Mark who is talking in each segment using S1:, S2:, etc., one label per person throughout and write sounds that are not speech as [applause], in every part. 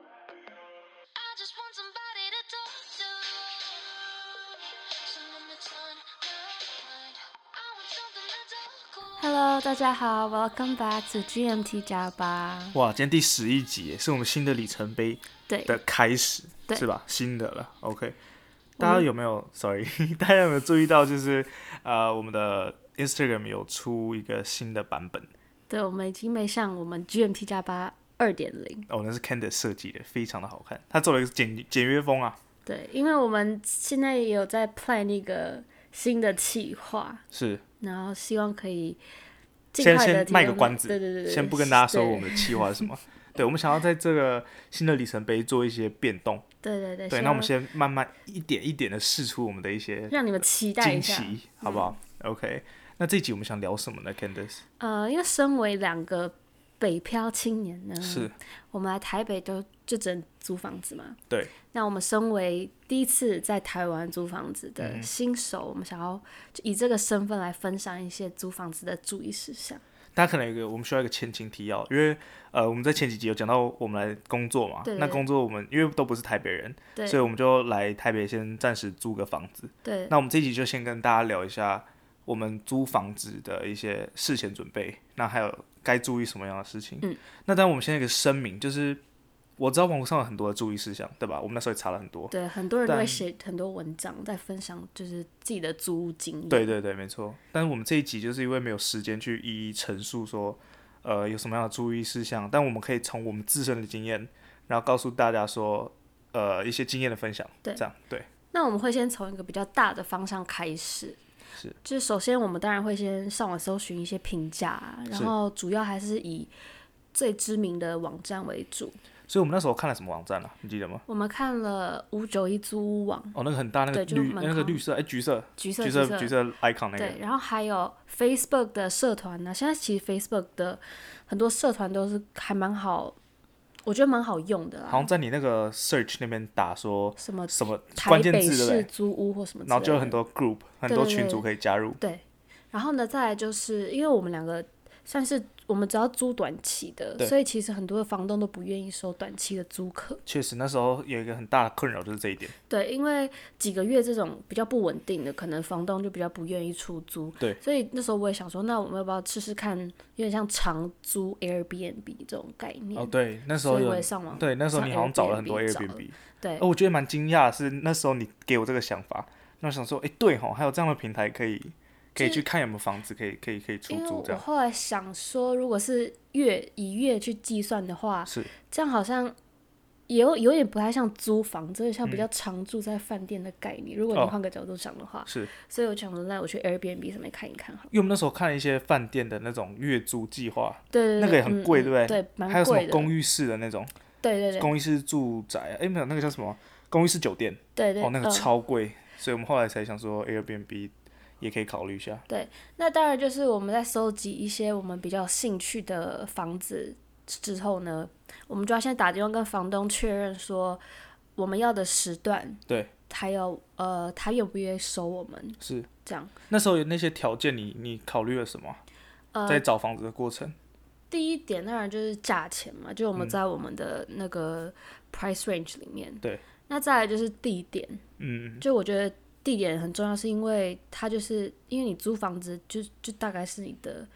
S1: I just want somebody to talk to. Someone that's on my mind. I want something that's all cool.
S2: Hello，大家好，Welcome back to GMT 加八。
S3: 哇，今天第十一集耶是我们新的里程碑
S2: 对，
S3: 的开始，
S2: 对
S3: 是吧？新的了，OK。大家有没有？Sorry，大 [laughs] 家有没有注意到？就是呃，我们的 Instagram 有出一个新的版本
S2: 对，我们已经没上我们 GMT 加八二点零。
S3: 哦，那是 Candice 设计的，非常的好看。他做了一个简简约风啊，
S2: 对，因为我们现在也有在 plan 那个新的企划，
S3: 是。
S2: 然后希望可以尽
S3: 先
S2: 快的
S3: 先卖个关子，
S2: 对对对对，
S3: 先不跟大家说我
S2: 对
S3: 们的计划是什么。对，我们想要在这个新的里程碑做一些变
S2: [laughs]
S3: 动。
S2: 对对对，
S3: 对，
S2: 希
S3: 那我们
S2: 望
S3: 先慢慢一点一点的试出我们的一些
S2: 让你们期待一
S3: 惊
S2: 下。嗯
S3: 奇，好不好、o k 那这一集我们想聊什么呢，Candice？
S2: 呃，因为身为两个北漂青年呢，
S3: 是
S2: 我们来台北都就只能租房子嘛。
S3: 对。
S2: 那我们身为第一次在台湾租房子
S3: 嗯
S2: 的新手，我们想要就以这个身份来分享一些租房子的注意事项。
S3: 大家可能有一个我们需要一个前情提要，因为呃我们在前几集有讲到我们来工作嘛，
S2: 对对
S3: 那
S2: 对
S3: 工作我们因为都不是台北人，
S2: 对
S3: 所以我们就来台北先暂时租个房子。
S2: 对
S3: 那我们这一集就先跟大家聊一下我们租房子的一些事前准备，那还有该注意什么样的事情。
S2: 嗯，
S3: 那当然我们先有一个声明，就是我知道网络上有很多的注意事项，对吧？我们那时候也查了很多。
S2: 对，很多人都会
S3: 但
S2: 写很多文章在分享，就是自己的租屋经验。
S3: 对对对，没错。但是我们这一集就是因为没有时间去一一陈述说，呃，有什么样的注意事项，但我们可以从我们自身的经验，然后告诉大家说，呃，一些经验的分享，
S2: 对
S3: 这样对，
S2: 那我们会先从一个比较大的方向开始，
S3: 是，
S2: 就是首先我们当然会先上网搜寻一些评价啊，然
S3: 是
S2: 后主要还是以最知名的网站为主。
S3: 所以我们那时候看了什么网站啊？你记得吗？
S2: 我们看了五九一租屋网，
S3: 哦，那个很大，那个
S2: 对就是
S3: 绿，
S2: 门
S3: 那个
S2: 框
S3: 绿色，哎，橘色，
S2: 橘色
S3: 橘色，橘色 icon 那个
S2: 对，，然后还有 Facebook 的社团呢、现在其实 Facebook 的很多社团都是还蛮好，我觉得蛮好用的啦。
S3: 好像在你那个 search 那边打说
S2: 什么
S3: 什么
S2: 台
S3: 关键
S2: 北
S3: 字，对不
S2: 市
S3: 对？
S2: 租屋或什么之类的，
S3: 然后就有很多 group，很
S2: 对
S3: 多
S2: 对
S3: 群
S2: 对
S3: 组可以加入，
S2: 对。然后呢，再来就是因为我们两个算是我们只要租短期的，
S3: 对
S2: 所以其实很多的房东都不愿意收短期的租客。
S3: 确实那时候有一个很大的困扰就是这一点，
S2: 对，因为几个月这种比较不稳定的，可能房东就比较不愿意出租。
S3: 对
S2: 所以那时候我也想说，那我们要不要试试看，有点像长租 Airbnb 这种概念？
S3: 哦，对，那时
S2: 所
S3: 候
S2: 以
S3: 有
S2: 我也上网
S3: 对，那时候
S2: 上
S3: 你好像找了
S2: 嗯
S3: 很
S2: Airbnb
S3: 多
S2: 找了
S3: Airbnb，
S2: 对
S3: 哦，我觉得蛮惊讶的是那时候你给我这个想法，那我想说，哎，对吼，还有这样的平台可以可以
S2: 就是
S3: 去看有没有房子可以可以可以出
S2: 因为
S3: 租这
S2: 我
S3: 样，
S2: 后来想说，如果是月以月去计算的话，
S3: 是
S2: 这样好像也有有点不太像租房，这像比较常住在饭店的概念。如果你
S3: 嗯哦
S2: 换个角度想的话，
S3: 是，
S2: 所以我想说，那我去 Airbnb 上面看一看好了。
S3: 因为我们那时候看了一些饭店的那种月租计划，
S2: 对对对，
S3: 那个也很
S2: 嗯
S3: 贵，
S2: 嗯
S3: 对不对？
S2: 对，
S3: 还
S2: 蛮
S3: 有什
S2: 贵
S3: 么
S2: 的。
S3: 公寓式的那种，
S2: 对对对
S3: 公寓式住宅，哎，没有那个叫什么公寓式酒店，
S2: 对对，
S3: 哦，那个
S2: 嗯
S3: 超贵，所以我们后来才想说 Airbnb 也可以考虑一下。
S2: 那当然就是我们在收集一些我们比较有兴趣的房子之后呢，我们就要先打电话跟房东确认说我们要的时段，
S3: 对，
S2: 还有呃他愿不愿意收我们
S3: 是
S2: 这样。
S3: 那时候有那些条件你，你考虑了什么？在
S2: 呃，
S3: 找房子的过程，
S2: 第一点当然就是价钱嘛，就我
S3: 嗯
S2: 们在我们的那个 price range 里面。
S3: 对。
S2: 那再来就是地点，
S3: 嗯，
S2: 就我觉得地点很重要，是因为它就是因为你租房子就就大概是你的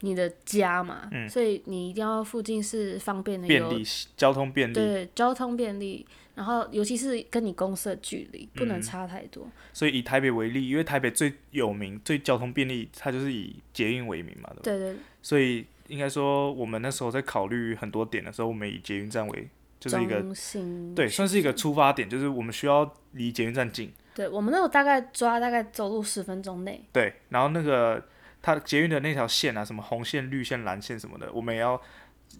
S2: 你的家嘛，
S3: 嗯
S2: 所以你一定要附近是方便的
S3: 便
S2: 有
S3: 利，交通便利，
S2: 对交通便利，然后尤其是跟你公司的距离不
S3: 嗯
S2: 能差太多，
S3: 所以以台北为例，因为台北最有名、最交通便利，它就是以捷运为名嘛，对吧？
S2: 对对
S3: 所以应该说，我们那时候在考虑很多点的时候，我们以捷运站为就是一个
S2: 中心
S3: 对，算是一个出发点，就是我们需要离捷运站近，
S2: 对，我们那种大概抓大概走路十分钟内，
S3: 对，然后那个它捷运的那条线啊，什么红线、绿线、蓝线什么的，我们也要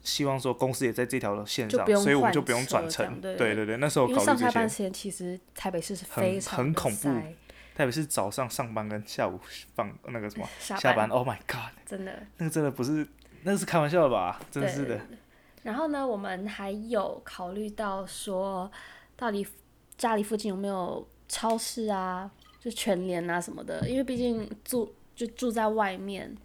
S3: 希望说公司也在这条线
S2: 就
S3: 上
S2: 不，用
S3: 所以我们
S2: 换
S3: 就不用
S2: 车
S3: 转
S2: 这
S3: 乘
S2: 样。对
S3: 对对，那时候
S2: 因为
S3: 考
S2: 上
S3: 虑
S2: 下
S3: 这
S2: 班
S3: 些，
S2: 时间其实台北市是
S3: 很
S2: 非常
S3: 很
S2: 的
S3: 恐怖
S2: 塞
S3: 特别是早上上班跟下午放那个什么
S2: [laughs] 下班
S3: 下班，Oh my God，
S2: 真的。
S3: 那个真的不是，那是开玩笑的吧？真
S2: 对
S3: 是的，
S2: 然后呢，我们还有考虑到说，到底家里附近有没有超市啊，就全联啊什么的，因为毕竟住就住在外面，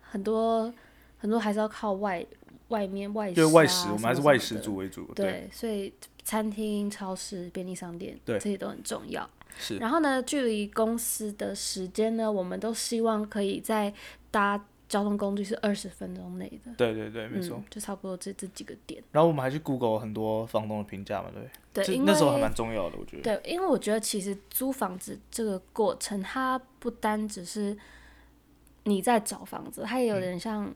S2: 很多很多还是要靠外外面外食、啊，
S3: 就是外食，我们还
S2: 什
S3: 是
S2: 么
S3: 外
S2: 什
S3: 食
S2: 么的
S3: 主为主，对，
S2: 对，所以餐厅、超市、便利商店，
S3: 对
S2: 这些都很重要。
S3: 是
S2: 然后呢，距离公司的时间呢，我们都希望可以在搭交通工具是二十分钟内的，
S3: 对对对，没错。
S2: 嗯，就差不多这这几个点。
S3: 然后我们还去 Google 很多房东的评价嘛，对不对，
S2: 对，
S3: 这
S2: 因为
S3: 那时候还蛮重要的，我觉得。
S2: 对，因为我觉得其实租房子这个过程，它不单只是你在找房子，它也
S3: 嗯
S2: 有点像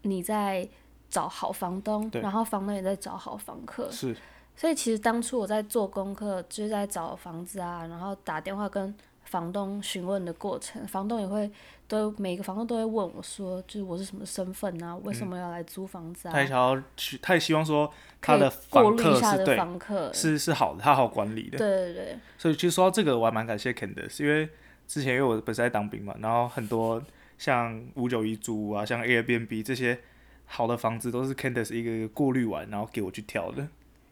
S2: 你在找好房东，
S3: 对
S2: 然后房东也在找好房客。
S3: 是
S2: 所以其实当初我在做功课，就是在找房子啊，然后打电话跟房东询问的过程，房东也会都每个房东都会问我说，就是我是什么身份啊，为什么要来租房子啊？
S3: 嗯他也想要去，他也希望说
S2: 可
S3: 他
S2: 以
S3: 的
S2: 过
S3: 房
S2: 滤一
S3: 客
S2: 下
S3: 是
S2: 的
S3: 对，
S2: 房客，
S3: 是是好的，他好管理
S2: 对
S3: 的。
S2: 对对，
S3: 所以其实说到这个，我还蛮感谢 Candice，因为之前因为我本身在当兵嘛，然后很多像五九一租屋啊，像 Airbnb 这些好的房子，都是 Candice 一个一个过滤完，然后给我去挑的。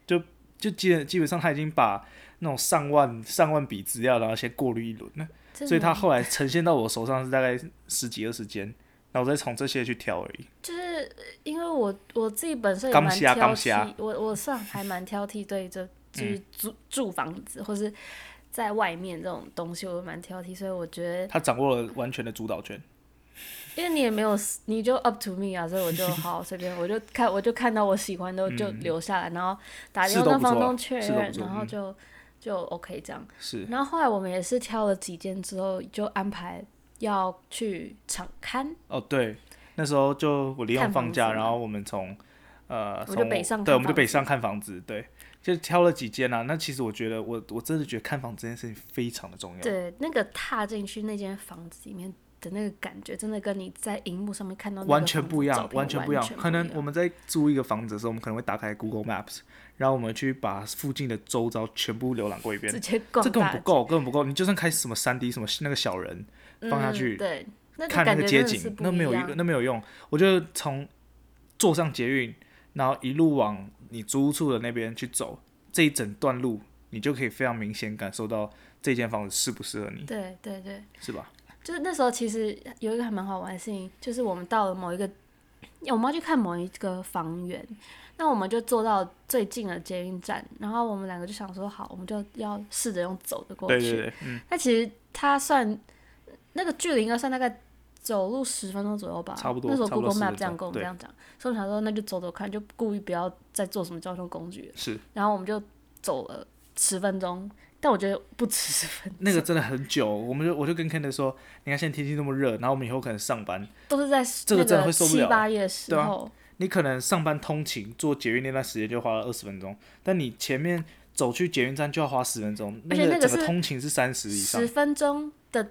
S3: 就就基基本上他已经把那种上万上万笔资料，然后先过滤一轮了。
S2: 真
S3: 所以
S2: 的
S3: 他后来呈现到我手上是大概十几二十间，然后我再从这些去挑而已。
S2: 就是呃因为我我自己本身也
S3: 刚
S2: 蛮
S3: 下
S2: 挑剔
S3: 刚下，
S2: 我我算还蛮挑剔，对这就是
S3: 嗯
S2: 住住房子或是在外面这种东西，我蛮挑剔，所以我觉得
S3: 他掌握了完全的主导权，
S2: 因为你也没有，你就 up to me 啊，所以我就好随便，我就看我就看到我喜欢的就留下来，然后打电
S3: 是
S2: 话
S3: 都
S2: 跟
S3: 不错
S2: 房东
S3: 啊
S2: 确
S3: 嗯是都不
S2: 认，
S3: 错
S2: 然后
S3: 嗯
S2: 就、就 OK 这样。
S3: 是
S2: 然后后来我们也是挑了几间之后，就安排要去场刊，
S3: 哦，对，那时候就我利用
S2: 看房
S3: 放假，
S2: 子
S3: 然
S2: 嘛
S3: 后我们从呃，
S2: 我们就
S3: 从
S2: 北上
S3: 对，
S2: 看
S3: 我们就
S2: 房
S3: 北
S2: 子
S3: 上看房子，对，就挑了几间啊。那其实我觉得我我真的觉得看房这件事情非常的重要，
S2: 对，那个踏进去那间房子里面的那个感觉，真的跟你在荧幕上面看到那个
S3: 完全
S2: 房子
S3: 不一
S2: 照
S3: 样，
S2: 片
S3: 完
S2: 完
S3: 全
S2: 不
S3: 不一样。可能我们在租一个房子的时候，我们可能会打开 Google Maps，然后我们去把附近的周遭全部浏览过一遍
S2: 直，接逛
S3: 这根本
S2: 大
S3: 不够，根本不够。你就算开什么三 D 什么那个小人放下
S2: 嗯
S3: 去
S2: 对，那就
S3: 看那
S2: 感
S3: 个
S2: 觉
S3: 街
S2: 真的是
S3: 景，
S2: 不
S3: 那没有
S2: 一
S3: 一
S2: 样
S3: 个那没有用。我就从坐上捷运，然后一路往你租屋处的那边去走，这一整段路你就可以非常明显感受到这间房子适不适合你，
S2: 对对对，
S3: 是吧？
S2: 就是那时候其实有一个还蛮好玩的事情，就是我们到了某一个，我们要去看某一个房源，那我们就坐到最近的捷运站，然后我们两个就想说，好，我们就要试着用走的过去。
S3: 对对对，嗯，
S2: 那其实它算那个距离应该算大概走路十分钟左右吧，
S3: 差不多
S2: 那时候
S3: 差不多
S2: Google Map
S3: 10分
S2: 这样
S3: 钟
S2: 跟我们
S3: 对
S2: 这样讲，所以我想说那就走走看，就故意不要再做什么交通工具了。
S3: 是
S2: 然后我们就走了十分钟，但我觉得不止十分钟， [laughs]
S3: 那个真的很久，我们就我就跟 Ken 说，你看现在天气那么热，然后我们以后可能上班，
S2: 都是在
S3: 个
S2: 那
S3: 真的
S2: 个
S3: 会受不
S2: 七
S3: 了
S2: 八月的时
S3: 对啊
S2: 候。
S3: 你可能上班通勤坐捷运那段时间就花了二十分钟，但你前面走去捷运站就要花十分钟，
S2: 而
S3: 那
S2: 且那
S3: 个
S2: 个
S3: 整个
S2: 是
S3: 通勤是三十以上
S2: 十，分钟的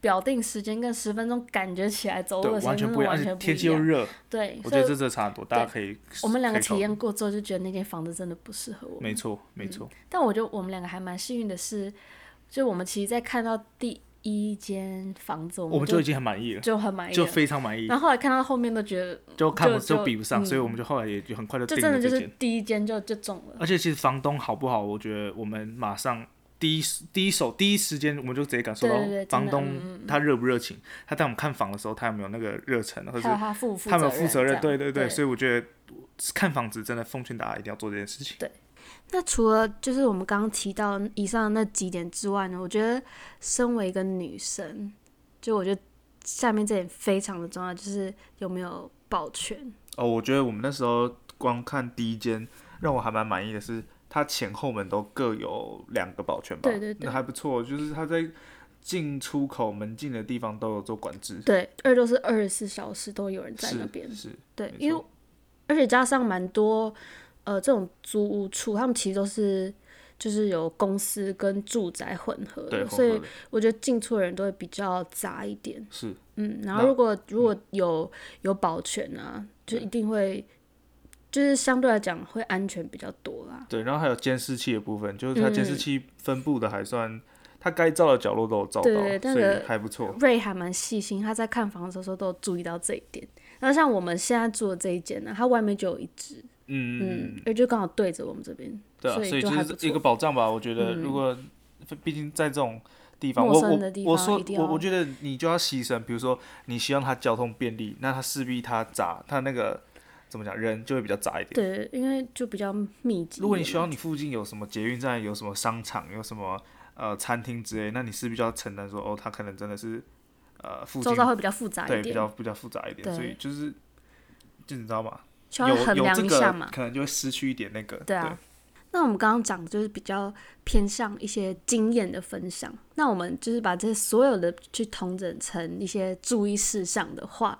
S2: 表定时间跟十分钟感觉起来走
S3: 对
S2: 路的，时
S3: 完
S2: 间真
S3: 全
S2: 的
S3: 不一样，
S2: 完
S3: 而且
S2: 全不
S3: 天
S2: 一
S3: 气又
S2: 样。
S3: 热，
S2: 对，
S3: 我
S2: 所
S3: 觉
S2: 以
S3: 得这真的差很多，大家
S2: 对
S3: 可以。
S2: 我们两个
S3: 可以考
S2: 体
S3: 虑
S2: 验过之后就觉得那间房子真的不适合我
S3: 没
S2: 们。
S3: 错，没错，
S2: 但我觉得我们两个还蛮幸运的是，就我们其实，在看到第一间房子，
S3: 我
S2: 我
S3: 们
S2: 们
S3: 就
S2: 就
S3: 已经很满意了，
S2: 就很满意
S3: 就
S2: 了。
S3: 非常满意，
S2: 然后后来看到后面都觉得，
S3: 就看不
S2: 就
S3: 就比不上，
S2: 嗯
S3: 所以我们就后来也就很快就
S2: 就
S3: 定
S2: 真
S3: 了
S2: 的就
S3: 这
S2: 是
S3: 间。
S2: 第一间就就中了。
S3: 而且其实房东好不好，我觉得我们马上第一时第一手第一时间我们就直接感受到
S2: 对对对真的嗯
S3: 房东他热不热情，他带我们看房的时候他有没有那个热忱，或者
S2: 还有他负不负
S3: 他有没有负责
S2: 这
S3: 任，
S2: 样
S3: 对对对，
S2: 对
S3: 所以我觉得看房子真的奉劝大家一定要做这件事情。
S2: 那除了就是我们刚刚提到以上那几点之外呢，我觉得身为一个女生，就我觉得下面这点非常的重要，就是有没有保全。
S3: 哦，我觉得我们那时候光看第一间，让我还蛮满意的是，它前后门都各有两个保全吧，
S2: 对对对
S3: 那还不错，就是它在进出口门禁的地方都有做管制，
S2: 对，二都是二十四小时都有人在那边
S3: 是。是，
S2: 对
S3: 没，
S2: 因为
S3: 错
S2: 而且加上蛮多呃这种租屋处，他们其实都是就是有公司跟住宅混合
S3: 对，
S2: 的，呃
S3: 混
S2: 所
S3: 合
S2: 以
S3: 的
S2: 我觉得进出的人都会比较杂一点。
S3: 是
S2: 嗯，然
S3: 那
S2: 后如果如果有有保全啊，就一定会，就是相对来讲会安全比较多啦。嗯
S3: 对，然后还有监视器的部分，就是它监视器分布的还算，他该照的角落都有照到，
S2: 对对对那个
S3: 所以还不错。
S2: 瑞还蛮细心，他在看房子的时候都有注意到这一点。然后像我们现在住的这一间呢、它外面就有一只，
S3: 嗯，
S2: 嗯，而就刚好对着我们这边，
S3: 对啊，
S2: 所
S3: 所以
S2: 就
S3: 就
S2: 还不
S3: 是
S2: 错。嗯
S3: 一个保障吧。我觉得，如果毕竟在这种地方，
S2: 陌
S3: 我
S2: 生的
S3: 我
S2: 地
S3: 我
S2: 方
S3: 说
S2: 一定
S3: 我
S2: 要
S3: 我觉得你就要牺牲，比如说你希望它交通便利，那它势必它杂，它那个怎么讲，人就会比较杂一点。
S2: 对，因为就比较密集一点嘛。
S3: 如果你希望你附近有什么捷运站、有什么商场、有什么呃餐厅之类，那你势必就要承担说，哦，它可能真的是呃附近
S2: 周遭会比较复杂
S3: 对
S2: 一
S3: 比
S2: 点，
S3: 较比较复杂一点，所以
S2: 对
S3: 就是就你知道吗？
S2: 需要
S3: 有
S2: 衡
S3: 有
S2: 量
S3: 这
S2: 一
S3: 个
S2: 下嘛。
S3: 可能就会失去一点那个。
S2: 对啊那我们刚刚讲的就是比较偏向一些经验的分享，那我们就是把这所有的去统整成一些注意事项的话，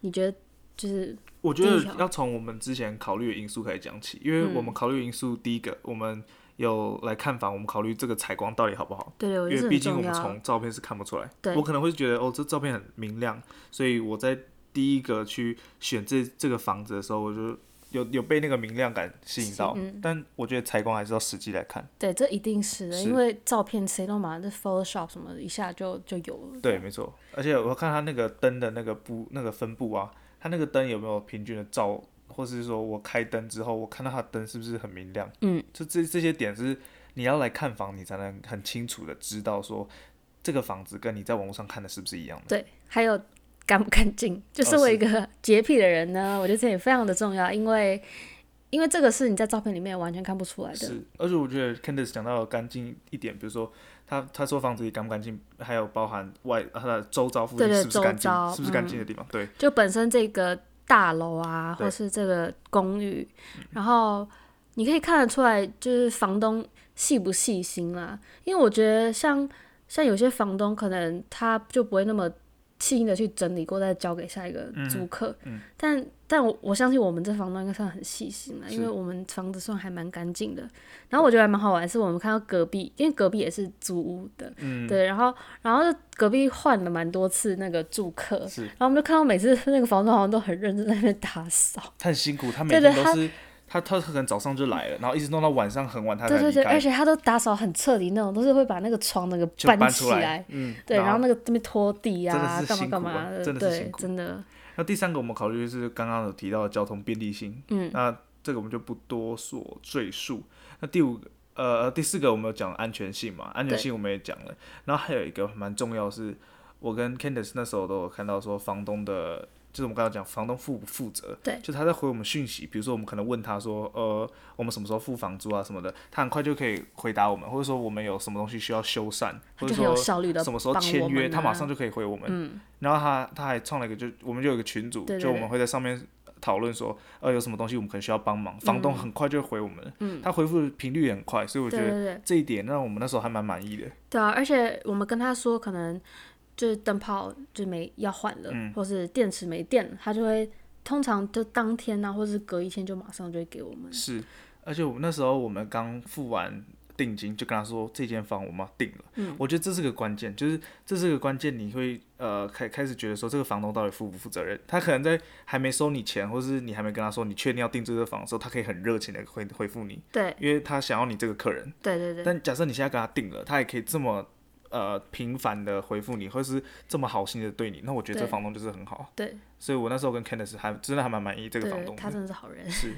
S2: 你觉得就是
S3: 我觉得
S2: 第一条嗯
S3: 要从我们之前考虑的因素开始讲起，因为我们考虑的因素，第一个我们有来看房，我们考虑这个采光到底好不好，
S2: 对对，我
S3: 因
S2: 觉得这
S3: 为毕
S2: 很
S3: 竟
S2: 重
S3: 我们
S2: 要啊
S3: 从。照片是看不出来
S2: 对。
S3: 我可能会觉得哦，这照片很明亮，所以我在第一个去选这这个房子的时候，我就有有被那个明亮感吸引到。
S2: 嗯
S3: 但我觉得采光还是要实际来看。
S2: 对，这一定是的，
S3: 是
S2: 因为照片谁都嘛，这 Photoshop 什么的一下就就有了。
S3: 对，没错。而且我看它那个灯的那个布那个分布啊，它那个灯有没有平均的照，或是说我开灯之后，我看到它的灯是不是很明亮？
S2: 嗯，
S3: 就这这些点是你要来看房，你才能很清楚的知道说这个房子跟你在网络上看的是不是一样的。
S2: 对，还有干不干净，就
S3: 哦
S2: 身为
S3: 是
S2: 一个洁癖的人呢，我觉得这也非常的重要，因为因为这个是你在照片里面完全看不出来的。
S3: 是，而且我觉得 Candice 讲到的干净一点，比如说他他说房子里干不干净，还有包含外它的周遭附
S2: 对
S3: 近
S2: 对
S3: 是不是干
S2: 周遭嗯
S3: 净，是不是干净的地方，对，
S2: 就本身这个大楼啊，
S3: 对
S2: 或是这个公寓，然后你可以看得出来，就是房东细不细心啦。因为我觉得像像有些房东可能他就不会那么细心的去整理过，再交给下一个租客。
S3: 嗯
S2: 但但我我相信我们这房东应该算很细心了，
S3: 是
S2: 因为我们房子算还蛮干净的。然后我觉得还蛮好玩的是，我们看到隔壁，因为隔壁也是租屋的，
S3: 嗯，
S2: 对，然后然后隔壁换了蛮多次那个住客，
S3: 是
S2: 然后我们就看到每次那个房东好像都很认真在那边打扫，
S3: 他很辛苦，他每
S2: 对对
S3: 天都
S2: 他
S3: 是他他可能早上就来了，然后一直弄到晚上很晚他才
S2: 对对
S3: 离
S2: 对，而
S3: 开，
S2: 且他都打扫很彻底那种，都是会把那个床那个
S3: 就搬
S2: 起
S3: 出来，嗯，
S2: 对，然后那
S3: 那
S2: 个这边拖地
S3: 真的
S2: 啊
S3: 是，
S2: 干嘛
S3: 辛
S2: 干
S3: 苦啊
S2: 嘛的，
S3: 真的是辛
S2: 对，
S3: 苦
S2: 真的，
S3: 那第三个我们考虑就是刚刚有提到的交通便利性，
S2: 嗯，
S3: 那这个我们就不多所赘述。那第五个呃第四个我们有讲安全性嘛，安全
S2: 对
S3: 性我们也讲了，然后还有一个蛮重要的是，我跟 Candice 那时候都有看到说房东的。就是我们刚刚讲，房东负不负责？
S2: 对
S3: 就他在回我们讯息，比如说我们可能问他说，呃，我们什么时候付房租啊什么的，他很快就可以回答我们，或者说我们有什么东西需要修缮，
S2: 他
S3: 或
S2: 就
S3: 者
S2: 很有
S3: 说
S2: 效率的
S3: 什么时候
S2: 帮我
S3: 签
S2: 们
S3: 约，他马
S2: 啊
S3: 上就可以回我们。然后他他还创了一个就，我们就有一个群组，
S2: 对对
S3: 就我
S2: 对
S3: 们会在上面讨论说，呃，有什么东西我们可能需要帮
S2: 嗯
S3: 忙，房东很快就会回我们，他回复的频率也很快，所以我觉
S2: 对对
S3: 得
S2: 对，
S3: 这一点让我们那时候还蛮满意的。
S2: 对啊，而且我们跟他说可能就是灯泡就没要换了，
S3: 嗯
S2: 或是电池没电了，他就会通常就当天啊，或是隔一天就马上就会给我们，
S3: 是，而且我们那时候我们刚付完定金，就跟他说这间房我们要定了。
S2: 嗯
S3: 我觉得这是个关键，就是这是个关键，你会呃开开始觉得说这个房东到底负不负责任？他可能在还没收你钱，或是你还没跟他说你确定要定这个房的时候，他可以很热情的回回复你，
S2: 对
S3: 因为他想要你这个客人。
S2: 对对对。
S3: 但假设你现在跟他定了，他也可以这么。呃，频繁的回复你，或是这么好心的对你，那我觉得这
S2: 对
S3: 房东就是很好。
S2: 对
S3: 所以我那时候跟 Candice 还真的还蛮满意这个
S2: 对
S3: 房东，的。
S2: 他真的是好人。
S3: 是，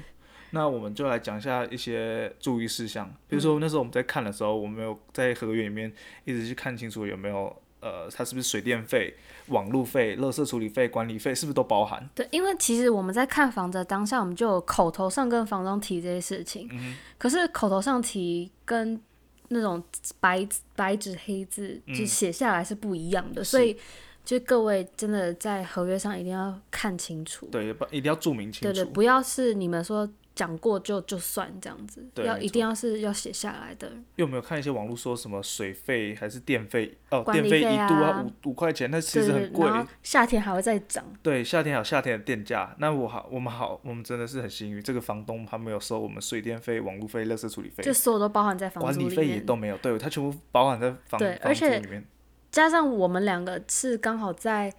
S3: 那我们就来讲一下一些注意事项。比如说那时候我们在看的时候，我们有在合约里面一直去看清楚有没有呃，它是不是水电费、网路费、垃圾处理费、管理费是不是都包含？
S2: 对，因为其实我们在看房子的当下，我们就有口头上跟房东提这些事情，
S3: 嗯
S2: 可是口头上提跟那种白白纸黑字
S3: 嗯
S2: 就写下来是不一样的，所以就各位真的在合约上一定要看清楚，
S3: 对，也不一定要注明清
S2: 对对，
S3: 楚。
S2: 不要是你们说讲过就就算这样子，
S3: 对
S2: 要
S3: 没
S2: 一定要是要写下来的，
S3: 因为我们有看一些网络说什么水费还是电费哦，
S2: 管
S3: 电
S2: 理
S3: 费一
S2: 费
S3: 度
S2: 啊
S3: 五五块钱，那其
S2: 对
S3: 实
S2: 对
S3: 很
S2: 对，
S3: 贵。
S2: 然后夏天还会再涨，
S3: 对，夏天有夏天的电价。那我好，我们好，我们真的是很幸运，这个房东他没有收我们水电费、网路费、垃圾处理费，
S2: 就所有都包含在房
S3: 管
S2: 租
S3: 理
S2: 里
S3: 费也
S2: 面。
S3: 都没有，对，它全部包含在房
S2: 对
S3: 房
S2: 而
S3: 租
S2: 且
S3: 里面。
S2: 加上我们两个是刚好在，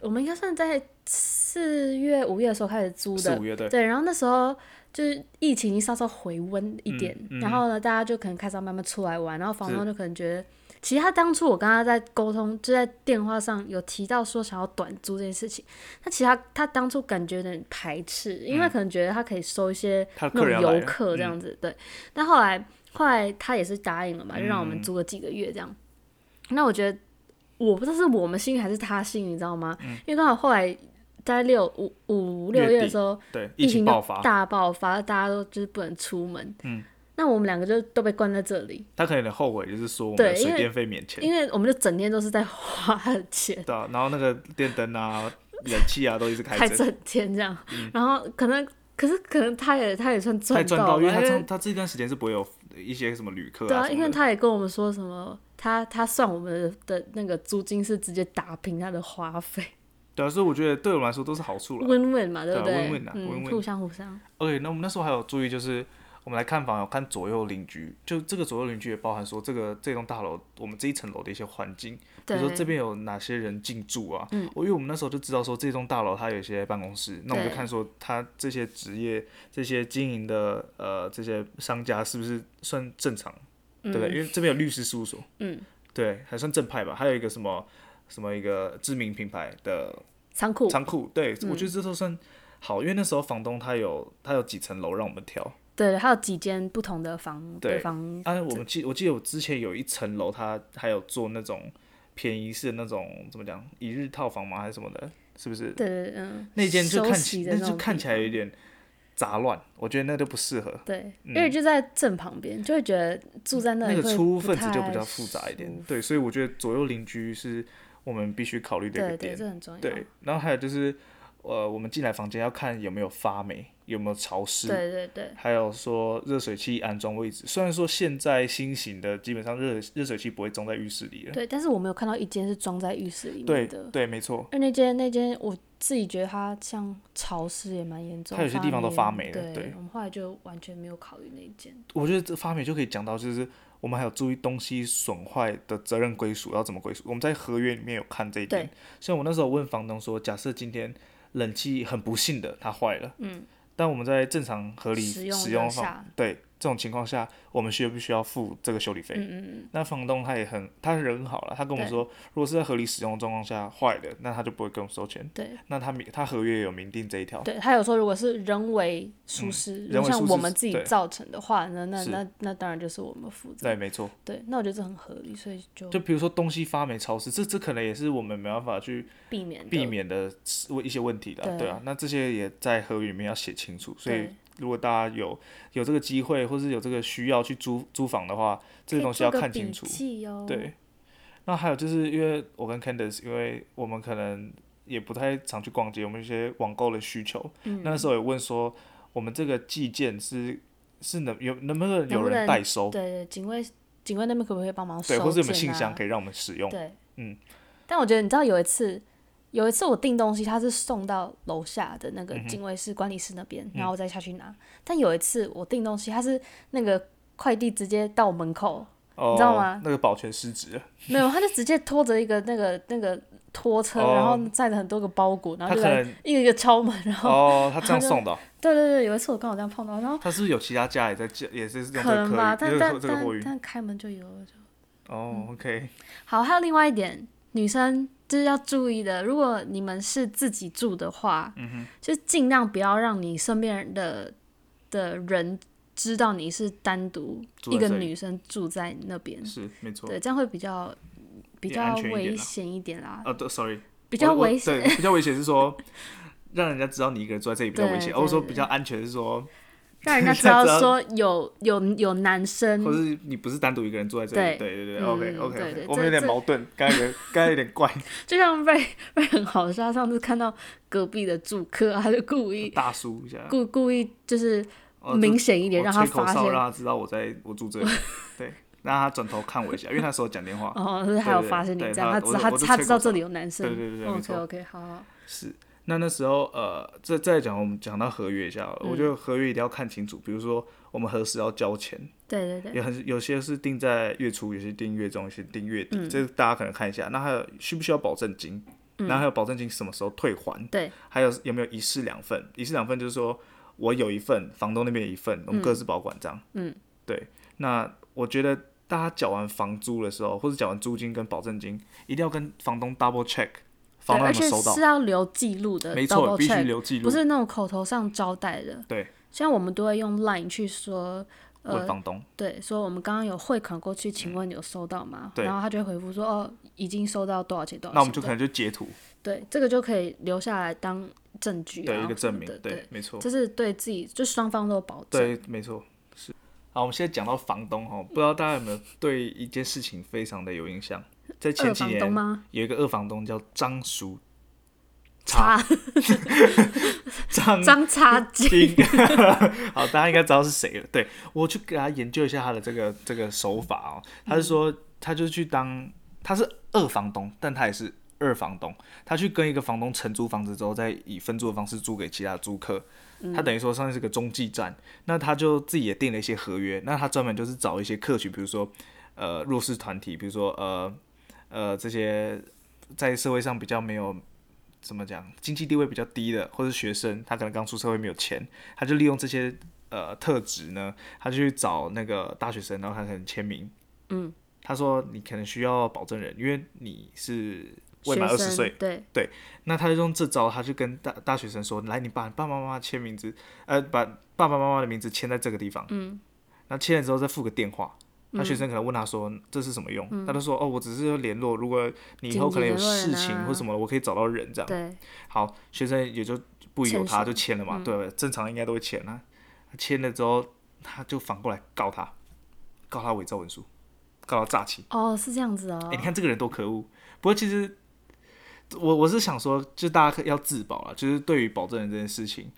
S2: 我们应该算在四月、五月的时候开始租
S3: 四
S2: 的
S3: 五，月对，
S2: 对。然后那时候就是疫情已经稍稍回温一点，
S3: 嗯嗯
S2: 然后呢，大家就可能开始要慢慢出来玩，然后房东就可能觉得，其实他当初我跟他在沟通，就在电话上有提到说想要短租这件事情，那其实他他当初感觉有点排斥，因为他可能觉得他可以收一些
S3: 嗯他
S2: 那种
S3: 的客人要来
S2: 游
S3: 了
S2: 客这
S3: 嗯
S2: 样子，对，但后来后来他也是答应了嘛，就让我们
S3: 嗯
S2: 租个几个月这样，那我觉得。我不知道是我们幸运还是他幸运，你知道吗？因为刚好后来在六五五六
S3: 嗯月
S2: 月的
S3: 底
S2: 时候，
S3: 对，
S2: 疫
S3: 疫情
S2: 情
S3: 爆
S2: 就
S3: 发，
S2: 大爆发，大家都就是不能出门。
S3: 嗯，
S2: 那我们两个就都被关在这里，
S3: 他可能有点后悔，就是说我们
S2: 对
S3: 的
S2: 因
S3: 水
S2: 为
S3: 电费免钱，
S2: 因为我们就整天都是在花他的钱，
S3: 对啊，然后那个电灯啊、冷气啊都一直
S2: 开
S3: 开着，嗯
S2: 整天这样，然后可能可是可能他也他也算
S3: 才
S2: 赚
S3: 赚
S2: 到
S3: 到，
S2: 吧，
S3: 啊因为他
S2: 因
S3: 这
S2: 为
S3: 样他这段时间是不会有一些什么旅客
S2: 对啊，
S3: 什
S2: 因
S3: 么
S2: 为
S3: 的
S2: 他也跟我们说什么，他他算我们的的那个租金是直接打平他的花
S3: [laughs]
S2: 费
S3: 对啊，所以我觉得对我们来说都是好处了。
S2: ，win win 嘛，对不
S3: 对啊
S2: 对
S3: ，win-win 啊
S2: 嗯，
S3: win-win
S2: 互相互相，
S3: 而且那我们那时候还有注意，就是我们来看房有看左右邻居，就这个左右邻居也包含说这个这栋大楼我们这一层楼的一些环境，比
S2: 对嗯
S3: 如说这边有哪些人进驻啊，我因为我们那时候就知道说这栋大楼它有一些办公室，那我们就
S2: 对
S3: 看说它这些职业、这些经营的呃这些商家是不是算正常，对不对？因为这边有律师事务所，
S2: 嗯，
S3: 对，还算正派吧，还有一个什么什么一个知名品牌的
S2: 仓库
S3: 仓库，对、我
S2: 嗯
S3: 觉得这都算好，因为那时候房东他有他有几层楼让我们挑，
S2: 对，还有几间不同的房
S3: 对
S2: 房，
S3: 啊，我们记我记得我之前有一层楼，他还有做那种便宜式的那种怎么讲一日套房吗还是什么的，是不是？
S2: 对对对嗯，
S3: 那间就
S2: 休
S3: 看
S2: 息
S3: 起
S2: 的
S3: 那就
S2: 种
S3: 看
S2: 地
S3: 起来
S2: 方
S3: 有点杂乱，我觉得那就不适合。
S2: 对，因为就在正旁边，就会觉得住在那
S3: 嗯那
S2: 里
S3: 个
S2: 会
S3: 出
S2: 不
S3: 分子就
S2: 太
S3: 比较复杂一点
S2: 舒，
S3: 对，所以我觉得左右邻居是我们必须考虑的一
S2: 对
S3: 个
S2: 对，
S3: 点。
S2: 这很重要。
S3: 对，然后还有就是，呃，我们进来房间要看有没有发霉，有没有潮湿，
S2: 对对对
S3: 还有说热水器安装位置。虽然说现在新型的基本上热热水器不会装在浴室里了，
S2: 对，但是我没有看到一间是装在浴室里
S3: 对
S2: 面的，
S3: 对，没错，
S2: 而那间那间我自己觉得它像潮湿也蛮严重，
S3: 它有些地方都发霉了
S2: 对，
S3: 对
S2: 我们后来就完全没有考虑那一间。
S3: 我觉得这发霉就可以讲到，就是我们还有注意东西损坏的责任归属要怎么归属。我们在合约里面有看这一点
S2: 对。
S3: 像我那时候问房东说，假设今天冷气很不幸的它坏了，嗯，但我们在正常合理
S2: 使用
S3: 使用
S2: 的
S3: 方
S2: 下
S3: 对这种情况下，我们需不需要付这个修理费？
S2: 嗯嗯嗯，
S3: 那房东他也很，他人很好了，他跟我们
S2: 对
S3: 说，如果是在合理使用的状况下坏的，那他就不会跟我们收钱。
S2: 对
S3: 那他明他合约有明定这一条，
S2: 对，他有说如果是人为疏失，如
S3: 嗯人
S2: 果
S3: 为
S2: 像
S3: 疏
S2: 我
S3: 失
S2: 们自己
S3: 对
S2: 造成的话，那那
S3: 是
S2: 那那当然就是我们负责。
S3: 对，没错。
S2: 对，那我觉得这很合理，所以就
S3: 就比如说东西发霉潮湿，这这可能也是我们没办法去
S2: 避免的
S3: 避免的事一些问题的啊，
S2: 对
S3: 对啊，那这些也在合约里面要写清楚，所以
S2: 对
S3: 如果大家有有这个机会，或是有这个需要去租租房的话，
S2: 可
S3: 这个
S2: 以
S3: 东西
S2: 做
S3: 要
S2: 个
S3: 看
S2: 笔
S3: 清楚，
S2: 记哦。
S3: 对。那还有就是因为我跟 Candice，因为我们可能也不太常去逛街，我们有一些网购的需求，
S2: 嗯
S3: 那那时候也问说，我们这个寄件是是能有能不能
S2: 能
S3: 有
S2: 不
S3: 人
S2: 能
S3: 代收，
S2: 对对，警卫警卫那边可不可以帮忙收、
S3: 对，
S2: 件啊？
S3: 或是有没有信箱可以让我们使用，
S2: 对，
S3: 嗯。
S2: 但我觉得你知道有一次，有一次我订东西，它是送到楼下的那
S3: 嗯
S2: 个警卫室、管理室那边，然后我再下去拿。但有一次我订东西，它是那个快递直接到我门口，
S3: 哦，
S2: 知道吗
S3: 那个保全失职了，
S2: 没有，他就直接拖着一个那个那个拖车，
S3: 哦
S2: 然后载着很多个包裹，然后就
S3: 他可
S2: 来
S3: 能
S2: 一个一个敲门，然后、
S3: 哦，
S2: [laughs]
S3: 他这样送的哦、
S2: 对对对，有一次我刚好这样碰到，然后。
S3: 他是不是有其他家也在叫，也是用这
S2: 可
S3: 个
S2: 能
S3: 客
S2: 吧，
S3: 运，
S2: 但
S3: 这
S2: 但
S3: 个这个
S2: 但嗯
S3: 货运。
S2: 但开门就有了，就
S3: 哦，OK，
S2: 好，还有另外一点，女生就是要注意的，如果你们是自己住的话，嗯、就尽量不要让你身边的的人知道你是单独
S3: 住在
S2: 一个
S3: 这里
S2: 女生住在那边，
S3: 是没错。
S2: 对，这样会比较比
S3: 也
S2: 较
S3: 安全一点
S2: 危
S3: 啦
S2: 险一点啦，
S3: 啊，对，sorry，
S2: 比较
S3: 我我
S2: 危险。
S3: 对，比较危险
S2: [laughs]
S3: 是说让人家知道你一个人住在这里比较危
S2: 对
S3: 险，
S2: 对
S3: 或者说
S2: 对
S3: 比较安全是说，
S2: 让
S3: [laughs]
S2: 人家知道
S3: 让人家知
S2: 说有有有男生
S3: 或，是你不是单独一个人住在这里，
S2: 嗯对
S3: 对对
S2: 嗯
S3: 对，OK OK
S2: 对对
S3: OK，我们有
S2: 这
S3: 点矛盾，刚才有点刚才有点怪，
S2: 就像瑞瑞很好笑，上次看到隔壁的住客啊，他就故意
S3: 大叔一下，
S2: 故故意就是
S3: 呃哦
S2: 明
S3: 就
S2: 显一点，
S3: 我
S2: 让他
S3: 吹口
S2: 发
S3: 哨
S2: 现
S3: 让他知道我在我住这里，对，让他转头看我一下，因为那时候讲电话，
S2: 哦，就是还有发现你
S3: 对
S2: 这样，
S3: 他
S2: 知道
S3: 我
S2: 他
S3: 我就
S2: 他
S3: 吹
S2: 知道
S3: 口
S2: 这
S3: 哨
S2: 里有男生。
S3: 对对对没
S2: OK
S3: 错
S2: OK，好好。
S3: 是，那那时候呃，再再讲我们讲到合约一下好了，
S2: 嗯
S3: 我觉得合约一定要看清楚，比如说我们何时要交钱，
S2: 对对对
S3: 也很有些是定在月初，有些定月中，有些定月底，
S2: 嗯
S3: 这大家可能看一下。那还有需不需要保证金？然后还有保证金什么时候退还？
S2: 对
S3: 还有有没有一式两份？一式两份就是说我有一份，房东那边有一份，我们各自保管这样。
S2: 嗯，
S3: 对。那我觉得大家缴完房租的时候，或者缴完租金跟保证金，一定要跟房东 double check，
S2: 对，
S3: 房东有
S2: 而
S3: 没
S2: 且
S3: 有收到
S2: 是？要留记录的，
S3: 没错，
S2: double
S3: 必须
S2: check，
S3: 留记录。
S2: 不是那种口头上招待的。
S3: 对，
S2: 像我们都会用 Line 去说，
S3: 问
S2: 呃，
S3: 房东。
S2: 对，说我们刚刚有汇款过去，请问有收到吗？
S3: 嗯对
S2: 然后他就会回复说，哦，已经收到多少钱多少钱。
S3: 那我们就可能就截图，
S2: 对这个就可以留下来当证据、啊，
S3: 对一个证明
S2: 的，，
S3: 对，没错，
S2: 这是对自己就双方都有保证。
S3: 对，没错，是。好，我们现在讲到房东哈，不知道大家有没有对一件事情非常的有印象？在前
S2: 二
S3: 几
S2: 房
S3: 年
S2: 东吗？
S3: 有一个二房东叫张淑
S2: 差
S3: [laughs] 张
S2: 张差 [laughs] 劲，
S3: 丁， [laughs] 好，大家应该知道是谁了。对我去给他研究一下他的这个这个手法哦，他是说他就去当他是二房东，但他也是二房东，他去跟一个房东承租房子之后，再以分租的方式租给其他的租客。他等于说算是个中继站，那他就自己也定了一些合约，那他专门就是找一些客群，比如说呃弱势团体，比如说呃呃这些在社会上比较没有怎么讲，经济地位比较低的，或是学生，他可能刚出社会没有钱，他就利用这些呃特质呢，他就去找那个大学生，然后他可能签名，
S2: 嗯，
S3: 他说你可能需要保证人，因为你是未满二
S2: 学
S3: 十
S2: 生
S3: 岁，
S2: 对，
S3: 那他就用这招，他就跟大大学生说：“来，你把爸爸妈妈签名字，呃，把爸爸妈妈的名字签在这个地方。”嗯，那签了之后再付个电话。
S2: 嗯
S3: 那学生可能问他说：“这是什么用？”他就说：“哦，我只是联络，如果你以后可能有事
S2: 紧急联络
S3: 情
S2: 人啊
S3: 或什么，我可以找到人这样。
S2: 对，”
S3: 好，学生也就不由
S2: 签
S3: 他
S2: 署嗯
S3: 就签了嘛，对吧？正常应该都会签啊。他签了之后，他就反过来告他，告他伪造文书，告他诈欺。
S2: 哦，是这样子哦
S3: 哎、。你看这个人多可恶！不过其实我我是想说，就大家可要自保了，就是对于保证人这件事情，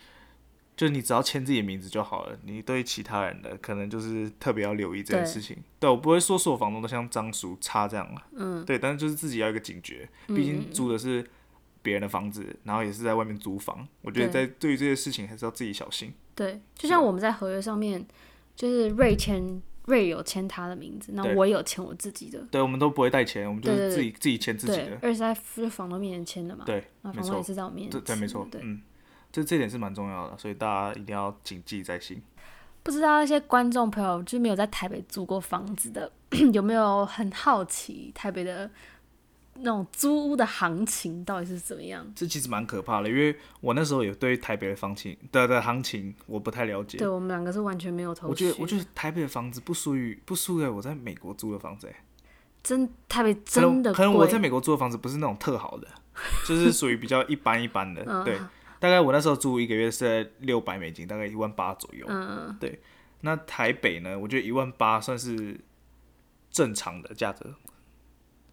S3: 就是你只要签自己的名字就好了。你对其他人的可能就是特别要留意这件
S2: 对
S3: 事情。对我不会说所有房东都像张叔差这样啊，嗯，对，但是就是自己要有一个警觉，
S2: 嗯
S3: 毕竟租的是别人的房子，然后也是在外面租房，我觉得在
S2: 对
S3: 对于这些事情还是要自己小心。
S2: 对，就
S3: 哦
S2: 像我们在合约上面，就是瑞签瑞有签他的名字，那
S3: 对
S2: 我有签我自己的，
S3: 对，我们都不会带钱，我们就
S2: 对
S3: 是
S2: 对
S3: 自己自己签自己
S2: 对
S3: 的，，
S2: 而且在就是房东面前签的嘛，，
S3: 对，
S2: 那
S3: 没
S2: 房东
S3: 错
S2: 也。是在我面前签
S3: 对
S2: 的，
S3: 对，没错，
S2: 对。
S3: 嗯，这这点是蛮重要的，所以大家一定要谨记在心。
S2: 不知道那些观众朋友，就是没有在台北租过房子的， [clears throat] 有没有很好奇台北的那种租屋的行情到底是怎么样？
S3: 这其实蛮可怕的，因为我那时候有对台北的房情的的行情我不太了解
S2: 对，我们两个是完全没有头绪。
S3: 我觉得我觉得台北的房子不输于不输给我在美国租的房子、欸，
S2: 真台北
S3: 可能
S2: 真的
S3: 可
S2: 贵，
S3: 能我在美国租的房子不是那种特好的，就是属于比较一般一般的，
S2: 嗯
S3: [laughs] 对。大概我那时候租一个月是在六百美金，大概一万八左右。
S2: 嗯，
S3: 那台北呢？我觉得一万八算是正常的价格，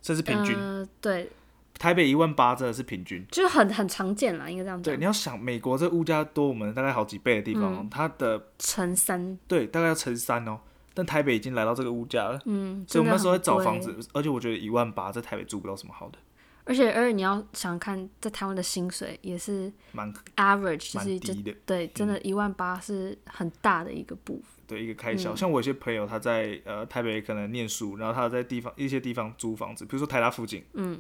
S3: 甚至平均。
S2: 呃，对，
S3: 台北一万八真的是平均，
S2: 就是很很常见啦，应该这样
S3: 对，
S2: 讲
S3: 你。要想美国这物价多我们大概好几倍的地方
S2: 嗯
S3: 哦，它的
S2: 乘三，
S3: 对大概要乘三哦，但台北已经来到这个物价了，
S2: 嗯，
S3: 所以我们那时候在
S2: 真的
S3: 找
S2: 很
S3: 房
S2: 贵
S3: 子，，而且我觉得一万八在台北租不到什么好的，
S2: 而且而且你要想看，在台湾的薪水也是
S3: 蛮
S2: average，就
S3: 蛮
S2: 是就
S3: 低的，嗯
S2: 对，真的一万八是很大的一个部分，
S3: 对一个开
S2: 嗯
S3: 销。像我有些朋友他在呃台北可能念书，然后他在地方一些地方租房子，比如说台大附近，
S2: 嗯，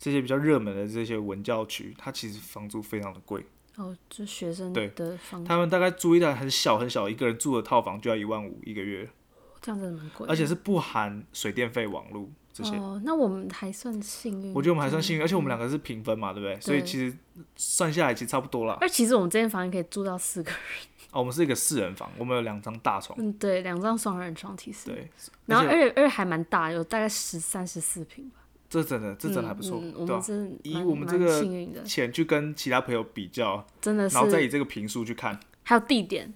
S3: 这些比较热门的这些文教区，它其实房租非常的贵，
S2: 哦，就学生
S3: 对
S2: 的房
S3: 他们大概租一台很小很小一个人住的套房就要一万五一个月，
S2: 这样真的蛮贵的，
S3: 而且是不含水电费、网路这些。
S2: 哦，嗯那我们还算幸运，
S3: 我觉得我们还算幸运，而且我们两个是平分嘛，对不对？所以其实算下来其实差不多啦。
S2: 而其实我们这间房间可以住到四个人， [laughs]
S3: 哦，我们是一个四人房，我们有两张大床，
S2: 嗯，对，两张双人床其实，
S3: 对，
S2: 然后哎
S3: 而
S2: 而
S3: 且
S2: 且而且还蛮大，有大概十三十四平吧，
S3: 这真的这真的还不错，
S2: 嗯嗯我
S3: 对吧啊
S2: 们？真的
S3: 以
S2: 蛮
S3: 我们这
S2: 蛮
S3: 个
S2: 幸运的，
S3: 钱去跟其他朋友比较，
S2: 真的
S3: 然后再以
S2: 是，
S3: 这个平数去看。
S2: 还有地点，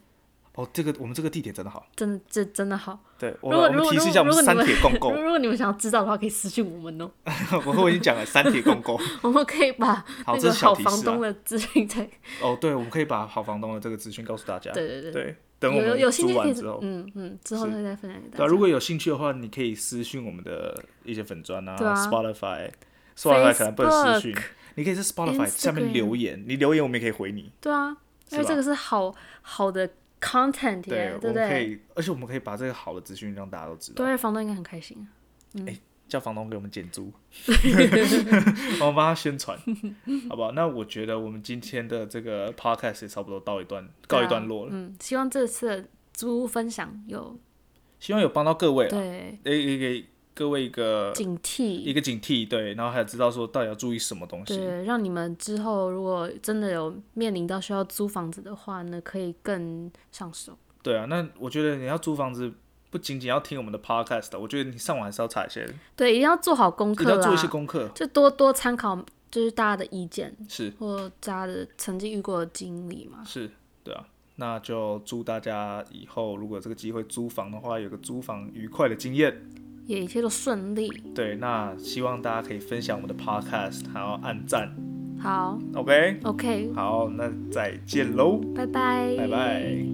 S3: 哦，这个我们这个地点真的好，
S2: 真的这真的好。
S3: 对，我
S2: 如
S3: 们
S2: 果
S3: 我
S2: 如
S3: 们
S2: 果
S3: 提示一下，我
S2: 如
S3: 们
S2: 果
S3: 是三
S2: 你
S3: 铁共
S2: 如
S3: 购，
S2: 如果你们想要知道的话，可以私信我们哦， [laughs]
S3: [laughs] 我已经讲了三铁共购。
S2: 我们可以把
S3: 好，
S2: 那
S3: 这
S2: 个
S3: 是小
S2: 好
S3: 提示、啊。
S2: 房东的资讯再
S3: 哦，对，我们可以把好房东的这个资讯告诉大家。
S2: 对对对
S3: [laughs] 对，等我
S2: 有有
S3: 们
S2: 有兴
S3: 租
S2: 趣可
S3: 完
S2: 以
S3: 之后，
S2: 嗯嗯之后
S3: 是
S2: 再再分享给大
S3: 对、
S2: 家。
S3: 啊，如果有兴趣的话，你可以私讯我们的一些粉砖啊
S2: 对啊
S3: s p o t i f y s p o t i f y 可能不能私讯
S2: Facebook，
S3: 你可以在 Spotify 下面
S2: Instagram
S3: 留言，你留言我们也可以回你。
S2: 对啊，因为
S3: 吧
S2: 这个是好好的 content 耶，对
S3: 我
S2: 不
S3: 们可
S2: 对？
S3: 以，而且我们可以把这个好的资讯让大家都知道
S2: 对，。而且房东应该很开心啊。
S3: 哎叫房东给我们减
S2: [laughs]
S3: 租， [laughs] 我们帮他宣传，好不好？那我觉得我们今天的这个 podcast 也差不多到一段告一段落了，
S2: 嗯，希望这次的租屋分享有
S3: 希望有帮到各位了，
S2: 对
S3: 也也给各位一个
S2: 警
S3: 呃一
S2: 惕，
S3: 个警惕，对，然后还有知道说到底要注意什么东西，
S2: 对，让你们之后如果真的有面临到需要租房子的话呢，可以更上手。
S3: 对啊，那我觉得你要租房子。不仅仅要听我们的 podcast，我觉得你上网还是要查一些，
S2: 对，一定要做好功
S3: 你
S2: 课
S3: 要
S2: 啦，
S3: 做一些功课。
S2: 就多多参考就是大家的意见
S3: 是
S2: 或大家的曾经遇过的经历嘛。
S3: 是，对啊。那就祝大家以后如果有这个机会租房的话，有个租房愉快的经验。
S2: 也一切都顺利。
S3: 对，那希望大家可以分享我们的 podcast，还要按赞。
S2: 好
S3: OK，
S2: ，OK，
S3: 好，那再见喽，
S2: 拜拜，
S3: 拜拜。